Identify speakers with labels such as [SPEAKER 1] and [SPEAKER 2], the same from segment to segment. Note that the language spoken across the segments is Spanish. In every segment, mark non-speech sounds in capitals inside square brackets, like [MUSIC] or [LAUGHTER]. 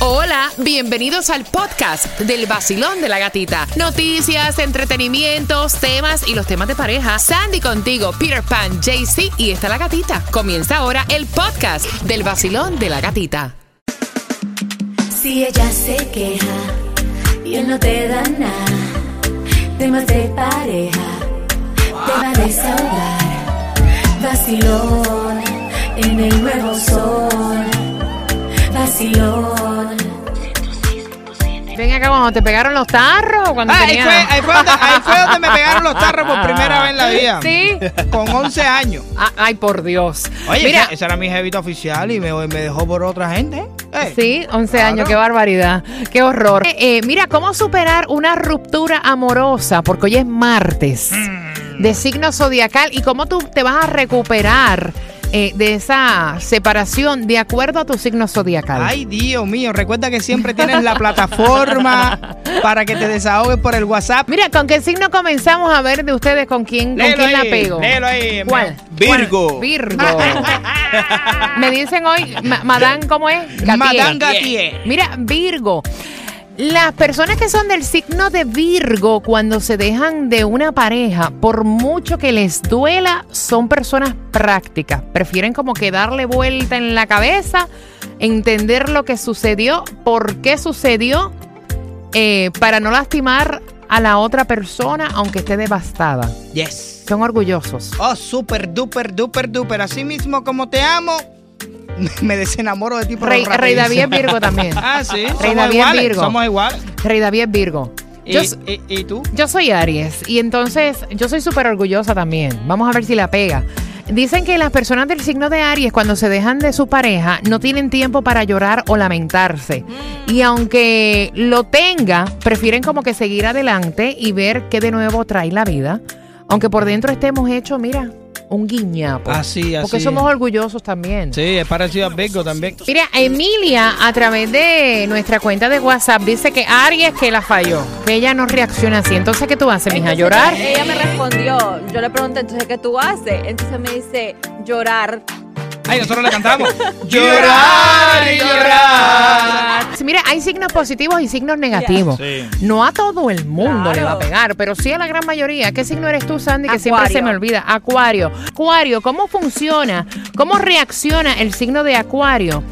[SPEAKER 1] Hola, bienvenidos al podcast del vacilón de la gatita. Noticias, entretenimientos, temas y los temas de pareja. Sandy contigo, Peter Pan, JC y está la gatita. Comienza ahora el podcast del vacilón de la gatita.
[SPEAKER 2] Si ella se queja y él no te da nada, temas de pareja, te va a desahogar. Vacilón en el nuevo sol, vacilón.
[SPEAKER 1] Ven acá cuando te pegaron los tarros. Cuando
[SPEAKER 3] Ah, ahí,
[SPEAKER 1] tenía-
[SPEAKER 3] fue, ahí fue donde, ahí fue
[SPEAKER 1] [LAUGHS]
[SPEAKER 3] donde me pegaron los tarros por primera vez en la vida.
[SPEAKER 1] Sí.
[SPEAKER 3] Con 11 años.
[SPEAKER 1] Ah, Ay, por Dios.
[SPEAKER 3] Oye,
[SPEAKER 1] Mira,
[SPEAKER 3] esa, esa era mi jevita oficial y me, me dejó por otra gente. Eh,
[SPEAKER 1] Sí, 11
[SPEAKER 3] claro.
[SPEAKER 1] años, qué barbaridad, qué horror. Eh, eh, mira, ¿cómo superar una ruptura amorosa? Porque hoy es martes
[SPEAKER 3] Mm.
[SPEAKER 1] de signo zodiacal y cómo tú te vas a recuperar eh, de esa separación de acuerdo a tu signo zodiacal.
[SPEAKER 3] Ay, Dios mío, recuerda que siempre tienes
[SPEAKER 1] [LAUGHS]
[SPEAKER 3] la plataforma para que te desahogues por el WhatsApp.
[SPEAKER 1] Mira, ¿con qué signo comenzamos a ver de ustedes con quién, con
[SPEAKER 3] Léelo
[SPEAKER 1] quién la
[SPEAKER 3] ahí,
[SPEAKER 1] pego?
[SPEAKER 3] léelo ahí.
[SPEAKER 1] ¿Cuál?
[SPEAKER 4] Virgo.
[SPEAKER 1] Virgo. Me dicen hoy, ma- Madame, ¿cómo es? Gatier.
[SPEAKER 3] Madame Gatier.
[SPEAKER 1] Mira, Virgo. Las personas que son del signo de Virgo, cuando se dejan de una pareja, por mucho que les duela, son personas prácticas. Prefieren como que darle vuelta en la cabeza, entender lo que sucedió, por qué sucedió, eh, para no lastimar a la otra persona, aunque esté devastada.
[SPEAKER 3] Yes.
[SPEAKER 1] Son orgullosos.
[SPEAKER 3] Oh, super duper duper duper. Así mismo como te amo, [LAUGHS] me desenamoro de ti por
[SPEAKER 1] Rey, Rey
[SPEAKER 3] rapidísimo.
[SPEAKER 1] David es Virgo también.
[SPEAKER 3] [LAUGHS] Ah, sí. Somos
[SPEAKER 1] David es
[SPEAKER 3] iguales.
[SPEAKER 1] Virgo.
[SPEAKER 3] Somos iguales.
[SPEAKER 1] Rey David es Virgo.
[SPEAKER 3] ¿Y,
[SPEAKER 1] Yo, s-
[SPEAKER 3] y- y tú?
[SPEAKER 1] yo soy Aries y entonces yo soy súper orgullosa también. Vamos a ver si la pega. Dicen que las personas del signo de Aries cuando se dejan de su pareja no tienen tiempo para llorar o lamentarse.
[SPEAKER 3] Mm.
[SPEAKER 1] Y aunque lo tenga, prefieren como que seguir adelante y ver qué de nuevo trae la vida. Aunque por dentro estemos hechos, mira, un guiñapo.
[SPEAKER 3] Así, Ah, así.
[SPEAKER 1] Porque somos orgullosos también.
[SPEAKER 3] Sí, es parecido a Virgo también.
[SPEAKER 1] Mira, Emilia a través de nuestra cuenta de WhatsApp dice que Aries que la falló, que ella no reacciona así. Entonces, ¿qué tú haces, mija?
[SPEAKER 5] Entonces,
[SPEAKER 1] ¿Llorar?
[SPEAKER 5] Ella me respondió, yo le pregunté, entonces, ¿qué tú haces? Entonces me dice, llorar.
[SPEAKER 3] Ay, nosotros le [LAUGHS] cantamos. llorar y llorar.
[SPEAKER 1] Mira, hay signos positivos y signos negativos.
[SPEAKER 4] Sí.
[SPEAKER 1] No a todo el mundo
[SPEAKER 5] Claro.
[SPEAKER 1] le va a pegar, pero sí a la gran mayoría. ¿Qué signo eres tú, Sandy? Que siempre
[SPEAKER 5] Acuario.
[SPEAKER 1] se me olvida. Acuario. Acuario, ¿cómo funciona? ¿Cómo reacciona el signo de Acuario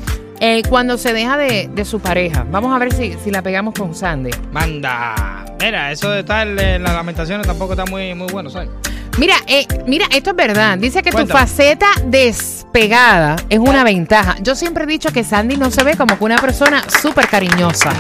[SPEAKER 1] eh, cuando se deja de, de su pareja? Vamos a ver si, si la pegamos con Sandy.
[SPEAKER 3] Manda. Mira, eso de estar en las lamentaciones tampoco está muy, muy bueno, ¿sabes?
[SPEAKER 1] Mira, eh, mira, esto es verdad. Dice que tu
[SPEAKER 3] Cuéntame.
[SPEAKER 1] faceta despegada es una ventaja. Yo siempre he dicho que Sandy no se ve como que una persona súper
[SPEAKER 3] [LAUGHS]
[SPEAKER 1] cariñosa.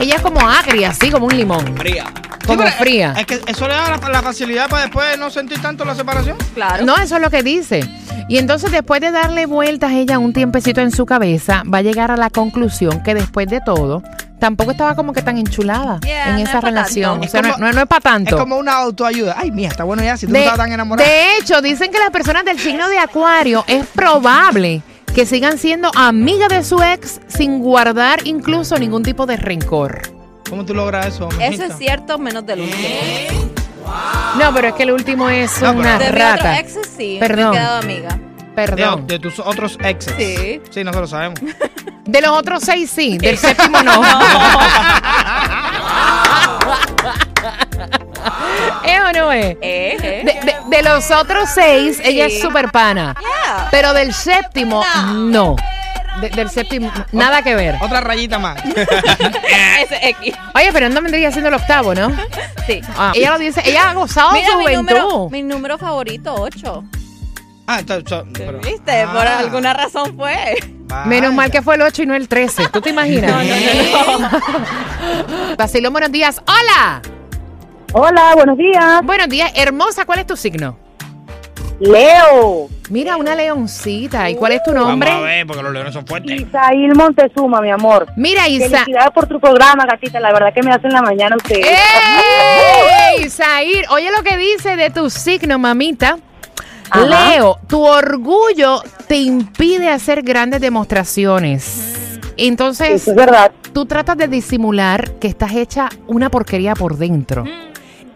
[SPEAKER 1] Ella es como agria, así como un limón.
[SPEAKER 3] Fría.
[SPEAKER 1] Como fría.
[SPEAKER 3] Es que eso le da la, la facilidad para después no sentir tanto la separación.
[SPEAKER 5] Claro.
[SPEAKER 1] No, eso es lo que dice. Y entonces después de darle vueltas ella un tiempecito en su cabeza, va a llegar a la conclusión que después de todo, tampoco estaba como que tan enchulada
[SPEAKER 5] Yeah,
[SPEAKER 1] en
[SPEAKER 5] no es
[SPEAKER 1] esa
[SPEAKER 5] pa'
[SPEAKER 1] relación.
[SPEAKER 5] tanto.
[SPEAKER 1] O sea,
[SPEAKER 3] Es
[SPEAKER 1] no,
[SPEAKER 3] como-
[SPEAKER 1] no- no es para tanto.
[SPEAKER 3] Es como una autoayuda. Ay, mía, está bueno ya si tú no
[SPEAKER 1] De,
[SPEAKER 3] estás tan enamorada.
[SPEAKER 1] de hecho, dicen que las personas del signo de Acuario es probable que sigan siendo amigas de su ex sin guardar incluso ningún tipo de rencor.
[SPEAKER 3] ¿Cómo tú logras eso?
[SPEAKER 5] Eso
[SPEAKER 3] mijita?
[SPEAKER 5] es cierto, menos del último.
[SPEAKER 1] No, pero es que el último es
[SPEAKER 3] No, pero-
[SPEAKER 1] una
[SPEAKER 5] De mi otro
[SPEAKER 1] rata.
[SPEAKER 5] ex sí,
[SPEAKER 1] Perdón.
[SPEAKER 5] me he quedado amiga.
[SPEAKER 1] Perdón.
[SPEAKER 3] De, de tus otros exes.
[SPEAKER 5] Sí.
[SPEAKER 3] Sí, nosotros sabemos.
[SPEAKER 1] De los otros seis sí, del séptimo
[SPEAKER 3] [LAUGHS]
[SPEAKER 1] no. ¿Eh o no es?
[SPEAKER 5] Eh, eh.
[SPEAKER 1] De, de- de los otros seis, ella es
[SPEAKER 5] Sí.
[SPEAKER 1] súper pana.
[SPEAKER 5] Yeah.
[SPEAKER 1] Pero del séptimo, no. De- del séptimo, nada que ver.
[SPEAKER 3] Otra
[SPEAKER 1] [LAUGHS]
[SPEAKER 3] rayita más.
[SPEAKER 5] Ese X.
[SPEAKER 1] Oye, pero no vendría siendo el octavo, ¿no?
[SPEAKER 5] Sí.
[SPEAKER 1] Ah, ella lo dice, ella ha gozado
[SPEAKER 5] Mira,
[SPEAKER 1] su
[SPEAKER 5] mi número,
[SPEAKER 1] Ah, juventud.
[SPEAKER 5] mi número favorito, 8.
[SPEAKER 3] Ah, está, está- pero-
[SPEAKER 5] ¿Viste?
[SPEAKER 3] Ah,
[SPEAKER 5] Por alguna razón fue.
[SPEAKER 1] Menos mal que
[SPEAKER 3] vaya.
[SPEAKER 1] fue el 8 y no el 13. ¿Tú te imaginas?
[SPEAKER 5] No, no, no.
[SPEAKER 1] [LAUGHS] Basilio, buenos días. ¡Hola!
[SPEAKER 6] Hola, buenos días.
[SPEAKER 1] Buenos días, hermosa. ¿Cuál es tu signo?
[SPEAKER 6] Leo.
[SPEAKER 1] Mira, una leoncita. ¿Y cuál es tu
[SPEAKER 3] Vamos a
[SPEAKER 1] nombre?
[SPEAKER 3] ver, Eh, porque los leones son fuertes.
[SPEAKER 6] Isaíl Montezuma, mi amor.
[SPEAKER 1] Mira, Isa.
[SPEAKER 6] Felicidades por tu programa, gatita. La verdad que me hacen la mañana ustedes.
[SPEAKER 1] Eh, ¡Ey, Isaír! Oye lo que dice de tu signo, mamita.
[SPEAKER 6] Ajá.
[SPEAKER 1] Leo, tu orgullo te impide hacer grandes demostraciones. Entonces,
[SPEAKER 6] Eso es verdad.
[SPEAKER 1] tú tratas de disimular que estás hecha una porquería por dentro.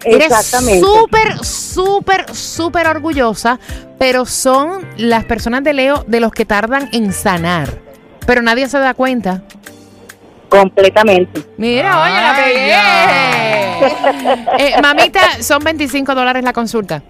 [SPEAKER 6] Exactamente.
[SPEAKER 1] Eres súper, súper, súper orgullosa, pero son las personas de Leo de los que tardan en sanar. Pero nadie se da cuenta.
[SPEAKER 6] completamente.
[SPEAKER 1] Mira, oye, la
[SPEAKER 3] Ay,
[SPEAKER 1] pegué. Eh, mamita, son 25 dólares la consulta.